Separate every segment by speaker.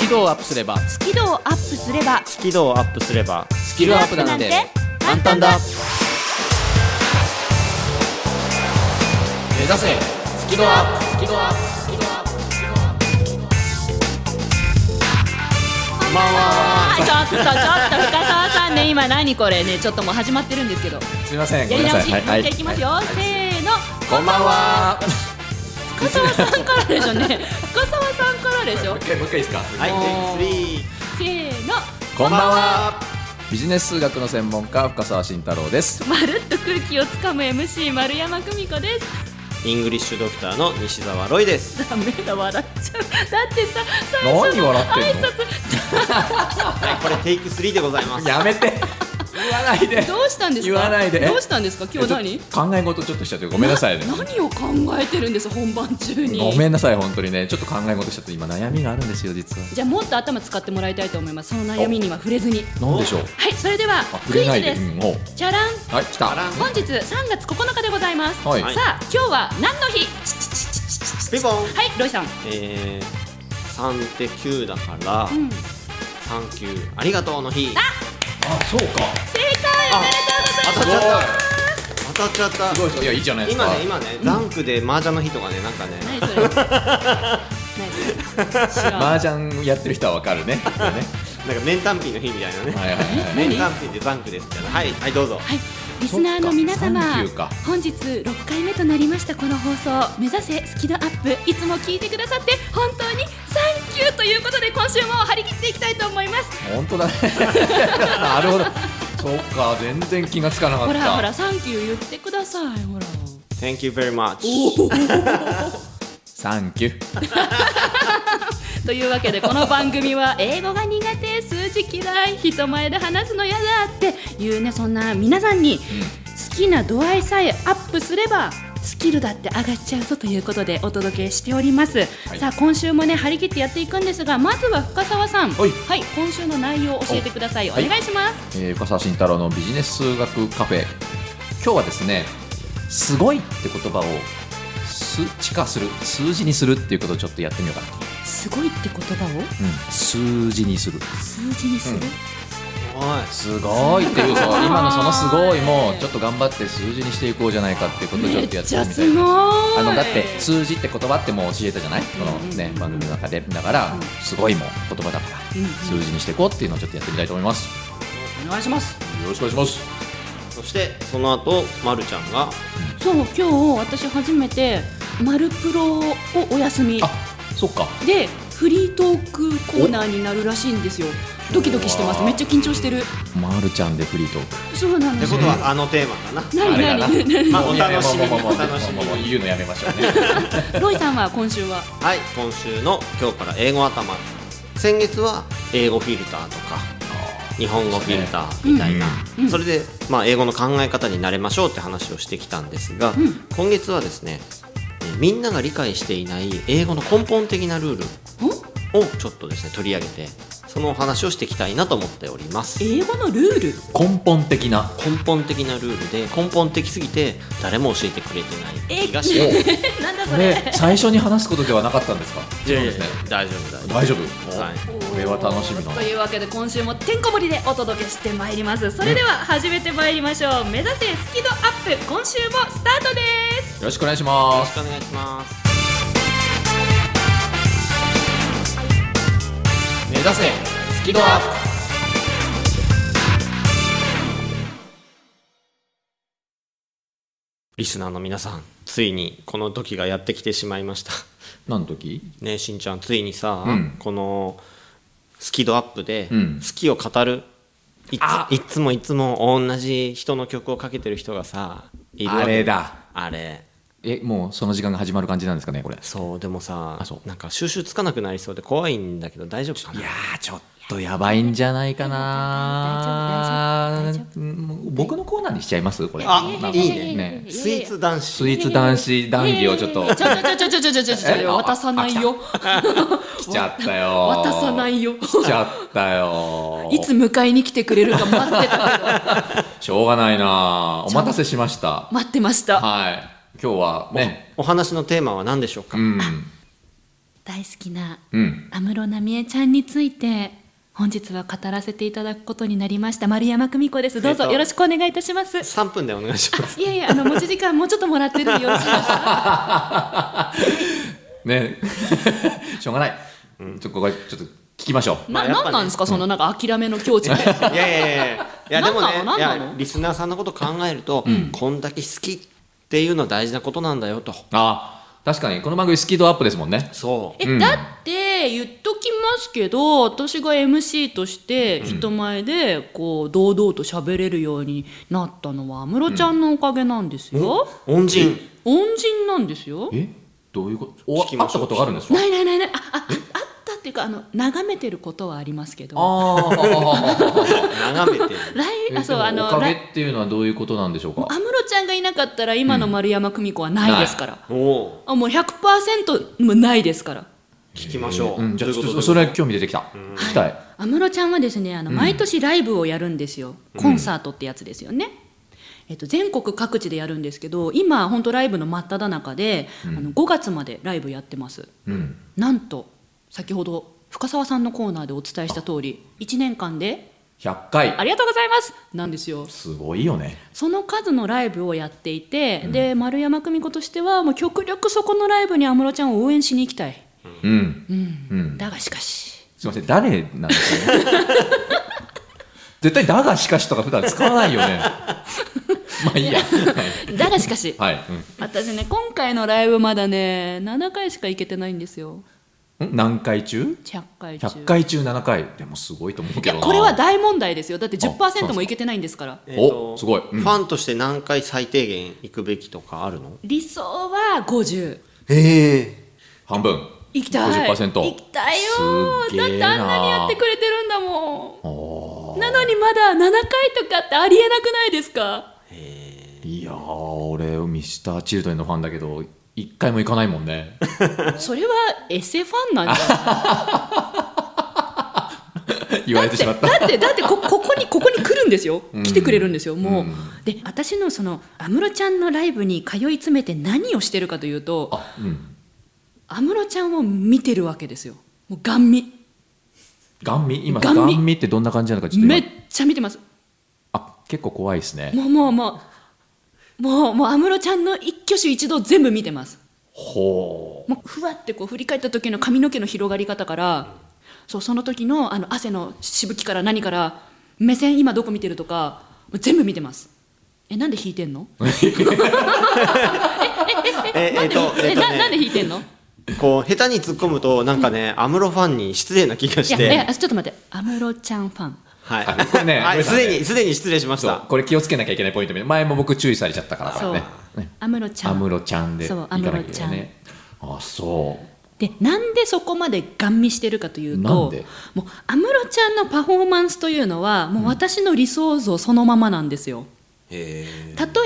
Speaker 1: キ度をアップすれば
Speaker 2: スキルをアップすればス
Speaker 3: スキルをアップすれば
Speaker 1: スキルアップなんて簡単だ目指せスキルアップスキルアップスキルアップこんばんは
Speaker 2: ちょっとちょっと深澤さんね今何これねちょっともう始まってるんですけど
Speaker 4: すみません、ご
Speaker 2: や
Speaker 4: め
Speaker 2: り
Speaker 4: んなさ
Speaker 2: 直
Speaker 4: い。
Speaker 2: し
Speaker 4: は
Speaker 2: もう
Speaker 4: い、
Speaker 2: 一回いきますよ、せーの
Speaker 1: こんばんは
Speaker 2: 深澤さんからでしょね深澤さんからでしょ
Speaker 4: もう一回、もう一回いいですか。
Speaker 3: はい
Speaker 2: テせーの
Speaker 4: こんばんは。ビジネス数学の専門家、深澤慎太郎です。
Speaker 2: まるっと空気をつかむ MC 丸山久美子です
Speaker 3: イングリッシュドクターの西澤ロイです
Speaker 2: ダメだ笑っちゃうだってさ最
Speaker 4: 何
Speaker 2: 初の
Speaker 4: 笑ってん
Speaker 2: 挨
Speaker 4: の
Speaker 2: 拶
Speaker 3: はいこれテイク3でございます
Speaker 4: やめて。言わないで。
Speaker 2: どうしたんですか
Speaker 4: 言わないで
Speaker 2: どうしたんですか今日何
Speaker 4: ちょっと考え事ちょっとしちゃって、ごめんなさいね。
Speaker 2: 何を考えてるんです本番中に
Speaker 4: ごめんなさい、本当にね、ちょっと考え事しちゃって、今悩みがあるんですよ、実は。
Speaker 2: じゃあもっと頭使ってもらいたいと思いますその悩みには触れずに
Speaker 4: なんでしょう。
Speaker 2: はいそれでは
Speaker 4: あ、
Speaker 2: ク
Speaker 4: 触
Speaker 2: イ
Speaker 4: れな
Speaker 2: ズ
Speaker 4: いで。
Speaker 2: です
Speaker 4: うんおう
Speaker 2: じゃらん
Speaker 4: はい、来た。
Speaker 2: 本日3月9日でございます、
Speaker 4: はい
Speaker 2: さあ今日は何の日
Speaker 3: ピンポン
Speaker 2: はいロイさん、
Speaker 3: えー3って9だから、
Speaker 2: うん、
Speaker 3: サンキューありがとうの日
Speaker 4: あ、そうか。
Speaker 2: 正解おめでとうございます
Speaker 3: 当たっちゃった当たっちゃった
Speaker 4: すごいです。いや、いいじゃないです
Speaker 3: 今
Speaker 4: か。
Speaker 3: ね今ねダンクで麻雀の日とかねなんかね
Speaker 2: 何それ何それ知らん
Speaker 4: 麻雀やってる人はわかる ね。これね
Speaker 3: なんか面単品の日みたいなね
Speaker 4: はいはいはい。
Speaker 3: 面単品でザンクですみたいなはいはいどうぞ
Speaker 2: はい、リスナーの皆様
Speaker 4: そっかサンキューか、
Speaker 2: 本日6回目となりましたこの放送、目指せスキドアップ、いつも聞いてくださって本当にサンキューということで今週も張り切っていきたいと思います。
Speaker 4: 本当だ ね。なるほど。そっか、全然気がつかなかった。
Speaker 2: ほらほらサンキュー言ってくださいほら。
Speaker 3: Thank you very much
Speaker 4: サンキュー。
Speaker 2: というわけでこの番組は英語が苦手、数字嫌い、人前で話すの嫌だっていうねそんな皆さんに好きな度合いさえアップすれば。スキルだって上がっちゃうぞということでお届けしております、
Speaker 4: はい
Speaker 2: さあ今週もね張り切ってやっていくんですがまずは深澤さん
Speaker 4: はい
Speaker 2: 今週の内容を教えてくださいお
Speaker 4: はい
Speaker 2: 願いします、
Speaker 4: えー、深澤慎太郎のビジネス数学カフェ。今日はですね、すごいって言葉を数値化する、数字にするっていうことをちょっとやってみようかなと。
Speaker 2: すごいって言葉を
Speaker 4: うん、数字にする。
Speaker 2: 数字にする、
Speaker 4: うん
Speaker 3: おい
Speaker 4: すごいっていう、そう今のそのすごいも、ちょっと頑張って数字にしていこうじゃないかっていうことをちょ
Speaker 2: め
Speaker 4: っとや
Speaker 2: っ
Speaker 4: って
Speaker 2: ち
Speaker 4: み
Speaker 2: ゃ
Speaker 4: たいです
Speaker 2: ごい
Speaker 4: あのだって数字って言葉ってもう教えたじゃない、このね番組の中でだからすごいも言葉だから
Speaker 2: うんうん
Speaker 4: 数字にしていこうっていうのをちょっとやってみたいと思います
Speaker 2: お願いします
Speaker 4: よろしくお願いします
Speaker 3: そしてその後まるちゃんが
Speaker 2: そう今日私初めて「マルプロ」をお休み
Speaker 4: あそっか
Speaker 2: でフリートークコーナーになるらしいんですよドキドキしてますめっちゃ緊張してる
Speaker 4: まるちゃんでフリートーク
Speaker 2: そうなん
Speaker 3: っ
Speaker 2: で
Speaker 3: て
Speaker 2: す
Speaker 3: こ
Speaker 2: よ
Speaker 3: とはあのテーマだな
Speaker 2: 何
Speaker 4: あれだな
Speaker 2: 何
Speaker 3: まあお楽しみに
Speaker 4: もうもうもう
Speaker 3: お楽しみ
Speaker 4: もうもうもう
Speaker 3: に
Speaker 4: 言うのやめましょうね
Speaker 2: ロイさんは今週は
Speaker 3: はい今週の今日から英語頭先月は英語フィルターとか日本語フィルターみたいな、それで、まあ、英語の考え方になれましょうって話をしてきたんですが、今月はですねえーみんなが理解していない英語の根本的なルール
Speaker 2: ん
Speaker 3: をちょっとですね取り上げてそのお話をしていきたいなと思っております
Speaker 2: 英語のルール
Speaker 4: 根本的な
Speaker 3: 根本的なルールで根本的すぎて誰も教えてくれてない気がし ます
Speaker 2: えなんだそ
Speaker 4: こ
Speaker 2: れ
Speaker 4: れ最初に話すことではなかったんですか
Speaker 3: いやい
Speaker 4: で
Speaker 3: や
Speaker 4: すね
Speaker 3: 大丈夫大
Speaker 4: 大
Speaker 3: 丈
Speaker 4: 丈夫
Speaker 3: 夫、はい
Speaker 4: これは楽しみだな
Speaker 2: というわけで今週もてんこ盛りでお届けしてまいりますそれでは始めてまいりましょう目指せスキドアップ今週もスタートです
Speaker 4: よろしくお願いし
Speaker 3: よ
Speaker 4: ま
Speaker 3: ろ
Speaker 4: す
Speaker 3: しくお願いします
Speaker 1: 目指せスキルアップ
Speaker 3: リスナーの皆さんついにこの時がやってきてしまいました
Speaker 4: 何の時
Speaker 3: ねえしんちゃんついにさ、
Speaker 4: うん
Speaker 3: このスキドアップで
Speaker 4: うん
Speaker 3: 好きを語る、いついつもいつも同じ人の曲をかけてる人がさいるわけ
Speaker 4: あれだ
Speaker 3: あれ
Speaker 4: えもうその時間が始まる感じなんですかねこれ
Speaker 3: そうでもさ
Speaker 4: あそう
Speaker 3: なんか収集つかなくなりそうで怖いんだけど大丈夫かない
Speaker 4: やーちょっとやばいんじゃないかな
Speaker 2: 大丈夫大丈夫大丈
Speaker 4: うん僕のコーナーにしちゃいますこれ
Speaker 3: あ
Speaker 4: なんか
Speaker 3: いいね
Speaker 4: ね
Speaker 3: スイーツ男子
Speaker 4: スイーツ男子談義をちょっと
Speaker 2: ちょちょちょちょちょちょちょちょ
Speaker 4: えあ
Speaker 2: 渡さないよ
Speaker 4: 来ちゃったよ
Speaker 2: 渡さな いよ
Speaker 4: 来ちゃったよ
Speaker 2: いつ迎えに来てくれるか待ってたけど
Speaker 4: しょうがないなお待たせしました
Speaker 2: 待ってました
Speaker 4: はい今日はね
Speaker 3: お話のテーマは何でしょうか、
Speaker 4: うん
Speaker 2: 大大好きな
Speaker 4: うん。
Speaker 2: 安室奈美恵ちゃんについて本日は語らせていただくことになりました丸山久美子ですどう
Speaker 3: えっ
Speaker 2: ぞ
Speaker 3: と
Speaker 2: よろしくお願いいたします
Speaker 3: 3分でお願いします。
Speaker 2: いやいやあの持ち時間もうちょっともらってる のでよろしいですか
Speaker 4: ね しょうがない。ちょっとここちょっと聞きましょう。
Speaker 2: な
Speaker 3: まあやっぱ
Speaker 2: なん
Speaker 3: ね
Speaker 2: なんですかそのなんか諦めの境地みたいない
Speaker 3: やいやいやいやいやでもね
Speaker 2: なんなのな
Speaker 3: い
Speaker 2: んな
Speaker 3: や
Speaker 2: の
Speaker 3: リスナーさんのこと考えると、こんだけ好きっていうのは大事なことなんだよと
Speaker 4: ああ、確かにこの番組スキードアップですもんね。
Speaker 3: そう
Speaker 2: え、
Speaker 4: うん
Speaker 2: だって言っときますけど私が MC として人前でこう堂々と喋れるようになったのは安室ちゃんのおかげなんですよ、
Speaker 3: 恩人
Speaker 2: 恩人なんですよ
Speaker 4: え、どういうこと？お
Speaker 3: 聞
Speaker 4: 会
Speaker 3: き
Speaker 4: っ
Speaker 3: まし
Speaker 4: た
Speaker 3: ょう
Speaker 4: ことがあるん ですか？
Speaker 2: ないないないないああああったっていうかあの眺めてることはありますけど
Speaker 4: あーあーあー、あー
Speaker 3: 眺めてる
Speaker 2: 来
Speaker 4: え
Speaker 2: あそ
Speaker 4: で
Speaker 2: う
Speaker 4: も
Speaker 2: あの
Speaker 4: おかげ
Speaker 2: 来
Speaker 4: っていうのはどういうことなんでしょうか。
Speaker 2: 安室ちゃんがいなかったら今の丸山久美子はないですから、
Speaker 3: おお
Speaker 2: あもう100%もないですから
Speaker 3: 聞きましょう、
Speaker 4: うん、じゃあち
Speaker 3: ど
Speaker 4: ょ
Speaker 3: う
Speaker 4: っ
Speaker 3: いうこと
Speaker 4: とそれは興味出てきた。聞きたい。
Speaker 2: 安室ちゃんはですねあの毎年ライブをやるんですよ、コンサートってやつですよね、えっと、全国各地でやるんですけど今本当ライブの真っ只中で、あの5月までライブやってます
Speaker 4: うん。
Speaker 2: なんと先ほど深澤さんのコーナーでお伝えした通り1年間で
Speaker 4: 100
Speaker 2: あ
Speaker 4: 回。
Speaker 2: りがとうございますなんですよ
Speaker 4: すごいよね。
Speaker 2: その数のライブをやっていて、で丸山久美子としてはもう極力そこのライブに安室ちゃんを応援しに行きたい、
Speaker 4: うん。
Speaker 2: うん、だがしかし
Speaker 4: すみません、誰なんです かね。絶対だがしかしとか普段使わないよ ね。まあいいや。
Speaker 2: だがしかし
Speaker 4: はい。はいうん
Speaker 2: 私ね今回のライブまだね7回しか行けてないんですよ
Speaker 4: ん何回中
Speaker 2: 100回中
Speaker 4: ?100 回中7回。でもすごいと思う
Speaker 2: い
Speaker 4: け
Speaker 2: や
Speaker 4: どな。
Speaker 2: これは大問題ですよだって
Speaker 4: あそうなんで
Speaker 2: 10%
Speaker 4: す
Speaker 2: も
Speaker 4: か
Speaker 2: 行けてないんですから
Speaker 3: えーと
Speaker 4: おすごいうん
Speaker 3: ファンとして何回最低限行くべきとかあるの
Speaker 2: 理想は50
Speaker 3: へえ
Speaker 4: 半分。
Speaker 2: 行きたい
Speaker 4: 50%
Speaker 2: 行きたいよ
Speaker 4: す
Speaker 2: だっ
Speaker 4: げえ
Speaker 2: て
Speaker 4: な
Speaker 2: あんなにやってくれてるんだもんなのにまだ7回とかってありえなくないで すか
Speaker 4: いやー、俺、ミスターチルドレンのファンだけど、一回も行かないもんね。
Speaker 2: それはエセファンなんじゃない
Speaker 4: 言われてしまった。
Speaker 2: だってだってこここにここに来るんですよ来てくれるんですよもう、
Speaker 4: うん
Speaker 2: で私のその安室ちゃんのライブに通い詰めて何をしてるかというと
Speaker 4: あ、うん。
Speaker 2: 安室ちゃんを見てるわけですよもうガン見
Speaker 4: ガンミ今、
Speaker 2: ガ
Speaker 4: ガ
Speaker 2: ン見
Speaker 4: ンミってどんな感じなのか、ちょっと
Speaker 2: めっ
Speaker 4: 今。
Speaker 2: ちゃ見てます
Speaker 4: あ、結構怖いですね。
Speaker 2: もうもうもうもうもう安室ちゃんの一挙手一動全部見てます
Speaker 4: ほ
Speaker 2: もうふわってこう振り返った時の髪の毛の広がり方からそうその時のあの汗のしぶきから何から目線今どこ見てるとかもう全部見てますえなんで弾いてんのええええなんでえ
Speaker 3: ええっとえっとね
Speaker 2: ななんで弾いてんの
Speaker 3: こう下手に突っ込むとなんかね安室ファンに失礼な気が
Speaker 2: い
Speaker 3: し
Speaker 2: やいや
Speaker 3: て
Speaker 2: ちょっと待って安室ちゃんファン
Speaker 3: はい
Speaker 4: あこれねごめんな
Speaker 3: は
Speaker 4: いさ
Speaker 3: す
Speaker 4: いね
Speaker 3: でにすでに失礼しまし
Speaker 4: そう
Speaker 3: た
Speaker 4: これ気をつけなきゃいけないポイント前も僕注意されちゃったから
Speaker 2: そう
Speaker 4: ねね
Speaker 2: 安室ちゃん
Speaker 4: 安室ちゃんで
Speaker 2: そう
Speaker 4: 行かなきゃいけない
Speaker 2: 安
Speaker 4: ねあそ
Speaker 2: でなんでそこまでガン見してるかという
Speaker 4: な
Speaker 2: と
Speaker 4: んで
Speaker 2: もう安室ちゃんのパフォーマンスというのはもう私の理想像そのままなんですよ、
Speaker 3: へ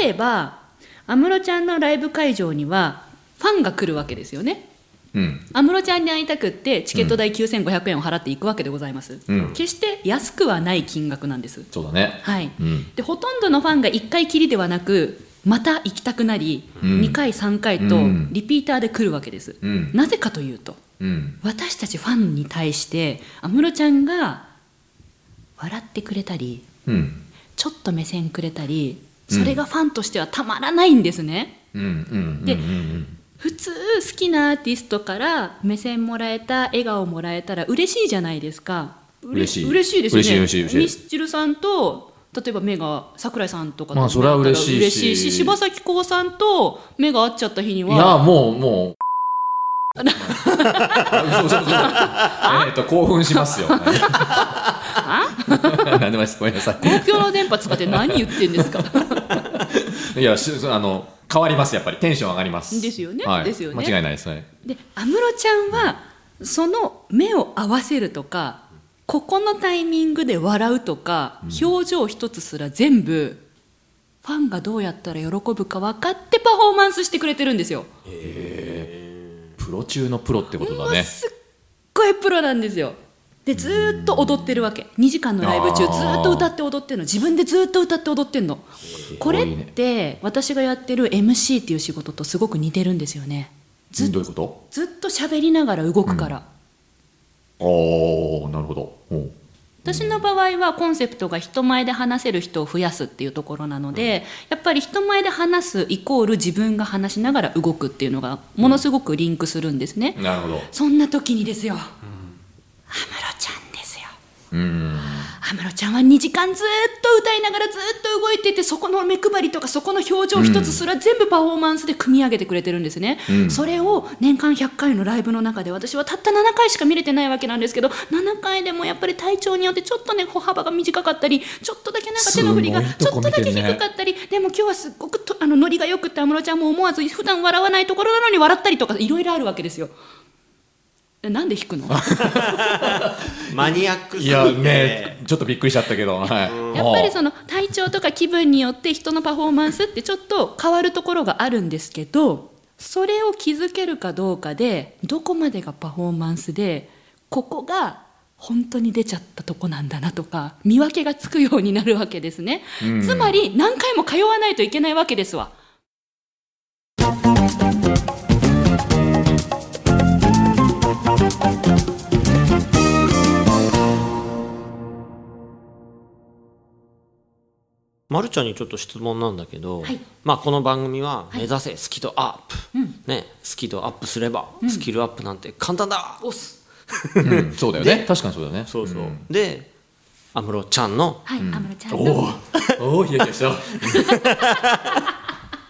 Speaker 2: 例えば安室ちゃんのライブ会場にはファンが来るわけですよね
Speaker 4: ううん
Speaker 2: 安室ちゃんに会いたくってチケット代9500円を払っていくわけでございます、
Speaker 4: うん
Speaker 2: 決して安くはない金額なんです
Speaker 4: そうだね
Speaker 2: はい、
Speaker 4: うん
Speaker 2: でほとんどのファンが1回きりではなくまた行きたくなり、
Speaker 4: ん
Speaker 2: 2回3回と
Speaker 4: うん
Speaker 2: リピーターで来るわけです、
Speaker 4: うん
Speaker 2: なぜかというと
Speaker 4: うん
Speaker 2: 私たちファンに対して安室ちゃんが笑ってくれたり
Speaker 4: うん
Speaker 2: ちょっと目線くれたりそれがファンとしてはたまらないんですね、
Speaker 4: うんうん
Speaker 2: で
Speaker 4: うんうん
Speaker 2: 普通好きなアーティストから目線もらえた笑顔もらえたら嬉しいじゃないですかうれ
Speaker 4: 嬉しい
Speaker 2: 嬉しいですよね
Speaker 4: 嬉しい嬉しい嬉しい
Speaker 2: ミスチルさんと例えば目が桜井さんとかと
Speaker 4: まあそれは嬉しいし
Speaker 2: 嬉しいし柴咲コウさんと目が合っちゃった日に
Speaker 4: いや
Speaker 2: は
Speaker 4: もうもう 嘘嘘嘘 えっと興奮しますよ何 でもないですごめんなさ
Speaker 2: 公共の電波使って何言ってんですか
Speaker 4: いいやしあの変わりますやっぱりテンション上がります
Speaker 2: ですよね
Speaker 4: はい
Speaker 2: ですよね
Speaker 4: 間違いないですね
Speaker 2: で安室ちゃんはその目を合わせるとかここのタイミングで笑うとか、表情一つすら全部ファンがどうやったら喜ぶか分かってパフォーマンスしてくれてるんですよ、
Speaker 4: プロ中のプロってこと
Speaker 2: も
Speaker 4: だ
Speaker 2: う
Speaker 4: ね
Speaker 2: すっごいプロなんですよでずーっと踊ってるわけ2時間のライブ中ず
Speaker 4: あー
Speaker 2: ーっと歌って踊ってるの自分でずーっと歌って踊ってるのこれって私がやってる MC っていう仕事とすごく似てるんですよねず
Speaker 4: どういうこと
Speaker 2: ずっと喋りながら動くから、
Speaker 4: ああなるほどおう
Speaker 2: 私の場合はコンセプトが人前で話せる人を増やすっていうところなので、やっぱり人前で話すイコール自分が話しながら動くっていうのがものすごくリンクするんですね、
Speaker 4: なるほど
Speaker 2: そんな時にですよ安室ちゃんですよ
Speaker 4: うん
Speaker 2: 安室ちゃんは2時間ずっと歌いながらずっと動いててそこの目配りとかそこの表情一つすら全部パフォーマンスで組み上げてくれてるんですね、
Speaker 4: うん
Speaker 2: それを年間100回のライブの中で私はたった7回しか見れてないわけなんですけど7回でもやっぱり体調によってちょっとね歩幅が短かったりちょっとだけなんか手の振りが
Speaker 4: す
Speaker 2: ち
Speaker 4: ごいとこ
Speaker 2: ょっとだけ
Speaker 4: 見てん
Speaker 2: 低
Speaker 4: ね
Speaker 2: かったり、でも今日はすっごくとあのノリがよくって安室ちゃんも思わず普段笑わないところなのに笑ったりとかいろいろあるわけですよえなんで弾くの
Speaker 3: マニアックすぎ
Speaker 4: い
Speaker 3: て
Speaker 4: やねちょっとびっくりしちゃったけどはい
Speaker 2: やっぱり
Speaker 4: の
Speaker 2: その体調とか気分によって人のパフォーマンスってちょっと変わるところがあるんですけどそれを気づけるかどうかでどこまでがパフォーマンスでここが本当に出ちゃったとこなんだなとか見分けがつくようになるわけですね、つまり何回も通わないといけないわけですわ
Speaker 3: まるちゃんにちょっと質問なんだけど、
Speaker 2: はい
Speaker 3: まあ、この番組は「目指せスキドアップ」ね、スキドアップすればスキルアップなんて簡単だ、
Speaker 2: おす
Speaker 4: うんそうだよね確かにそうだよね
Speaker 3: そうそう、で安室ちゃんの
Speaker 2: はい安室、ちゃんの
Speaker 4: おおおおヒヤヒ ヤした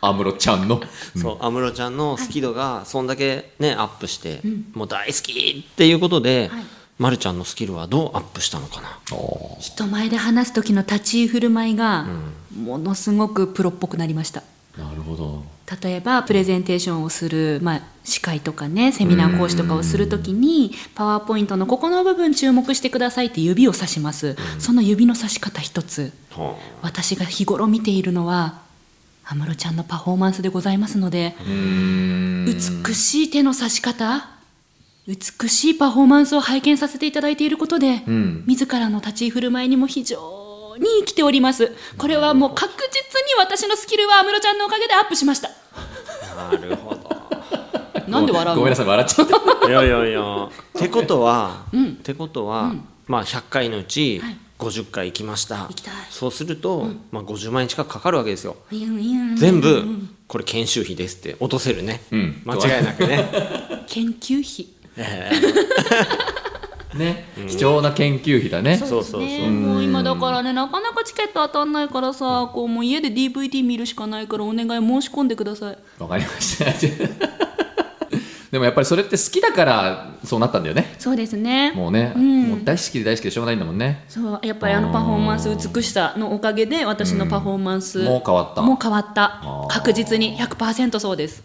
Speaker 4: 安室ちゃんの
Speaker 3: そう安室ちゃんのスキドがそんだけねアップして、もう大好きっていうことで、
Speaker 2: はい
Speaker 3: まるちゃんのスキルはどうアップしたのかな
Speaker 4: おー
Speaker 2: 人前で話す時の立ち居振る舞いがものすごくプロっぽくなりました、
Speaker 4: なるほど
Speaker 2: 例えばプレゼンテーションをする、まあ、司会とかねセミナー講師とかをするときにパワーポイントのここの部分注目してくださいって指を指します、その指の指し方一つ
Speaker 3: は
Speaker 2: 私が日頃見ているのは安室ちゃんのパフォーマンスでございますので美しい手の指し方美しいパフォーマンスを拝見させていただいていることで、
Speaker 4: ん
Speaker 2: 自らの立ち居振る舞いにも非常に生きておりますこれはもう確実に私のスキルは安室ちゃんのおかげでアップしました
Speaker 3: あなるほど
Speaker 2: なんで笑うの
Speaker 4: ごめんなさい笑っちゃった
Speaker 3: いやいやいやってことは、ってことは、まあ100回のうち、
Speaker 2: はい
Speaker 3: 50回行きました
Speaker 2: きたい
Speaker 3: そうすると、まあ、50万円近くかかるわけですよ
Speaker 2: いやいや
Speaker 3: 全部これ研修費ですって落とせるね、
Speaker 4: ん
Speaker 3: 間違いなくね
Speaker 2: 研究費
Speaker 4: ね貴重な研究費だね
Speaker 3: そうそうそう
Speaker 2: ねもう今だからねなかなかチケット当たんないからさこうもう家で DVD 見るしかないからお願い申し込んでください
Speaker 4: わかりました でもやっぱりそれって好きだからそうなったんだよね
Speaker 2: そうですね
Speaker 4: もうね、
Speaker 2: うん
Speaker 4: もう大好きで大好きでしょうがないんだもんね
Speaker 2: そうやっぱりあのパフォーマンス美しさのおかげで私のパフォーマンス、
Speaker 4: もう変わった
Speaker 2: もう変わった
Speaker 4: あー
Speaker 2: 確実に100%そうです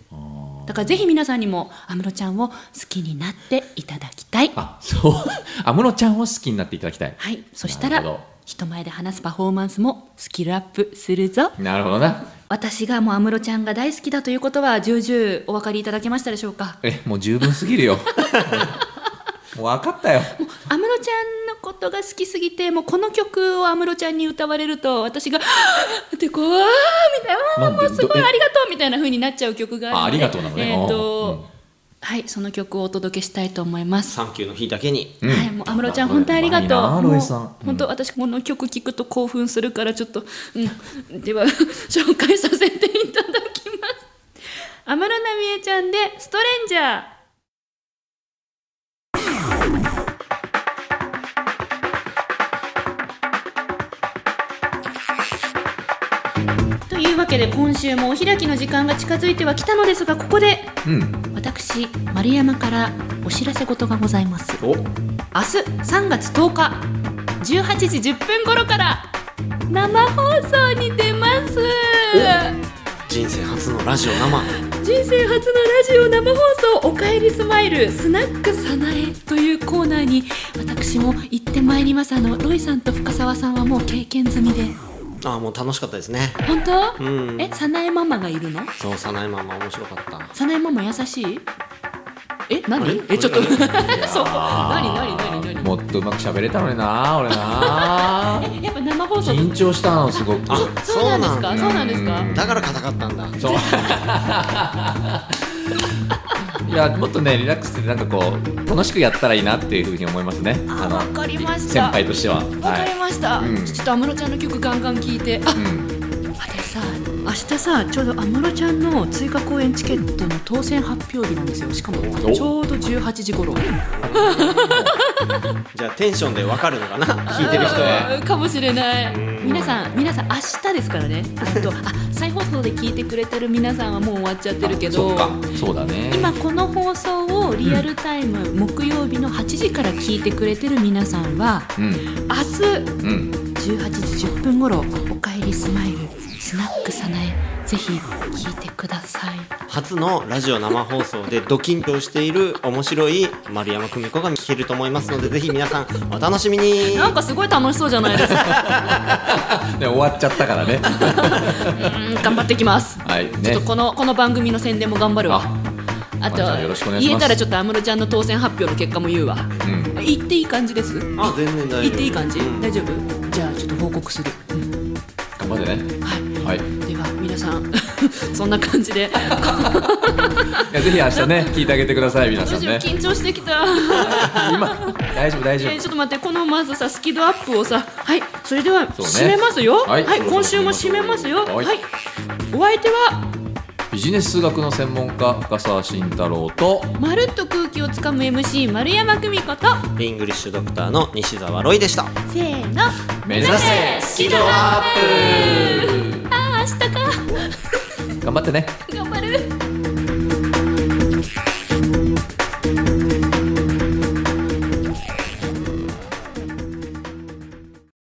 Speaker 2: だからぜひ皆さんにも安室ちゃんを好きになっていただきたい
Speaker 4: あそう 安室ちゃんを好きになっていただきたい
Speaker 2: はいそした
Speaker 4: なるほ
Speaker 2: ら
Speaker 4: ど
Speaker 2: 人前で話すパフォーマンスもスキルアップするぞ
Speaker 4: なるほどな
Speaker 2: 私がもう安室ちゃんが大好きだということは重々お分かりいただけましたでしょうか
Speaker 4: えもう十分すぎるよ もう分かったよ
Speaker 2: 安室ちゃんのことが好きすぎてもうこの曲を安室ちゃんに歌われると私が「は ぁってこう「あーみたいな「あー
Speaker 4: なんで
Speaker 2: もうすごい
Speaker 4: どえ
Speaker 2: ありがとう」みたいな風になっちゃう曲
Speaker 4: あ
Speaker 2: があるので
Speaker 4: ありがとうなのね
Speaker 2: えー
Speaker 4: う
Speaker 2: と
Speaker 4: ん
Speaker 2: はいその曲をお届けしたいと思います、
Speaker 3: サンキューの日だけに
Speaker 4: うん
Speaker 2: はい、もう安室ちゃん本当にありが
Speaker 4: うまい
Speaker 2: とう
Speaker 4: なロイさん
Speaker 2: もう
Speaker 4: うん
Speaker 2: 本当私この曲聴くと興奮するからちょっと、うん、では 紹介させていただきます安室奈美恵ちゃんで「ストレンジャー」というわけで今週もお開きの時間が近づいてはきたのですがここで
Speaker 4: うん
Speaker 2: 私丸山からお知らせ事がございます
Speaker 4: お
Speaker 2: 明日3月10日18時10分頃から生放送に出ます
Speaker 3: 人生初のラジオ生
Speaker 2: 人生初のラジオ生放送「おかえりスマイルスナックさなえ」というコーナーに私も行ってまいりますあのロイさんと深澤さんはもう経験済みで
Speaker 3: ああもう楽しかったですね
Speaker 2: 本当、
Speaker 3: うん
Speaker 2: えさなえママがいるの
Speaker 3: そう早苗ママ面白かった
Speaker 2: さなえママ優しいえ何
Speaker 3: あれ
Speaker 2: えちょっと
Speaker 3: い
Speaker 2: そう何何
Speaker 4: あ
Speaker 2: 何
Speaker 4: ー
Speaker 2: 何
Speaker 4: もっとうまく喋れたのにな俺な
Speaker 2: えやっぱ生放送と
Speaker 4: 緊張したのすごく
Speaker 3: あ
Speaker 2: そうなんですか
Speaker 3: そうなんだ
Speaker 2: そうなんですか
Speaker 3: だから硬かったんだ
Speaker 4: そういやもっとねリラックスしてなんかこう楽しくやったらいいなっていうふうに思いますね
Speaker 2: あ
Speaker 4: の
Speaker 2: わかりました
Speaker 4: 先輩としては
Speaker 2: わかりました、
Speaker 4: うん
Speaker 2: ちょっと安室ちゃんの曲ガンガン聴いてあ、
Speaker 4: うん、
Speaker 2: 私さ明日さちょうど安室ちゃんの追加公演チケットの当選発表日なんですよしかも
Speaker 4: お
Speaker 2: ちょうど18時頃
Speaker 3: じゃあテンションでわかるのかな聞いてる人は
Speaker 2: うんかもしれない皆さん皆さん明日ですからねあとあ再放送で聞いてくれてる皆さんはもう終わっちゃってるけ
Speaker 4: そ
Speaker 2: ど
Speaker 4: っかそうだね
Speaker 2: 今この放送をリアルタイム、木曜日の8時から聞いてくれてる皆さんは
Speaker 4: うん
Speaker 2: 明日
Speaker 4: うん
Speaker 2: 18時10分頃おかえりスマイルスナックさなえぜひ聞いてください
Speaker 3: 初のラジオ生放送でド緊張している面白い丸山久美子が聞けると思いますのでぜひ皆さんお楽しみに
Speaker 2: なんかすごい楽しそうじゃないです か
Speaker 4: ね、終わっちゃったから ね。
Speaker 2: うん頑張ってきます、
Speaker 4: はい、
Speaker 2: ち
Speaker 4: ね
Speaker 2: ょっと。このこの番組の宣伝も頑張るわ
Speaker 4: あ、
Speaker 2: あと
Speaker 4: じゃあよろしくお願いします
Speaker 2: 言えたらちょっと安室ちゃんの当選発表の結果も言うわ
Speaker 4: うん、
Speaker 2: 言っていい感じです言
Speaker 3: あ全然大丈夫
Speaker 2: っていい感じ
Speaker 3: うん
Speaker 2: 大丈夫じゃあちょっと報告する、うん
Speaker 4: 頑張ってね。
Speaker 2: はい
Speaker 4: はい、い
Speaker 2: では皆さん そんな感じで
Speaker 4: やぜひ明日ね、 聞いてあげてください、皆
Speaker 2: ど
Speaker 4: さ
Speaker 2: うんしよう
Speaker 4: ね。
Speaker 2: 緊張してきた
Speaker 4: 今、大丈夫、大
Speaker 2: え
Speaker 4: 丈
Speaker 2: ーちょっと待ってこのまずさスキドアップをさはいそれでは
Speaker 4: そうね
Speaker 2: 締めますよ、
Speaker 4: はい
Speaker 2: 今週も締めますよは、
Speaker 4: はいい
Speaker 2: お相手は
Speaker 4: 夫。ビジネス数学の専門家、深澤慎太郎と。
Speaker 2: まるっと空気をつかむ MC 丸山久美子と
Speaker 3: イングリッシュドクターの西澤ロイでした
Speaker 2: せーの
Speaker 4: 目指
Speaker 2: せスキドア
Speaker 4: ッ
Speaker 2: あー明日か
Speaker 4: プ。頑張ってね。
Speaker 2: で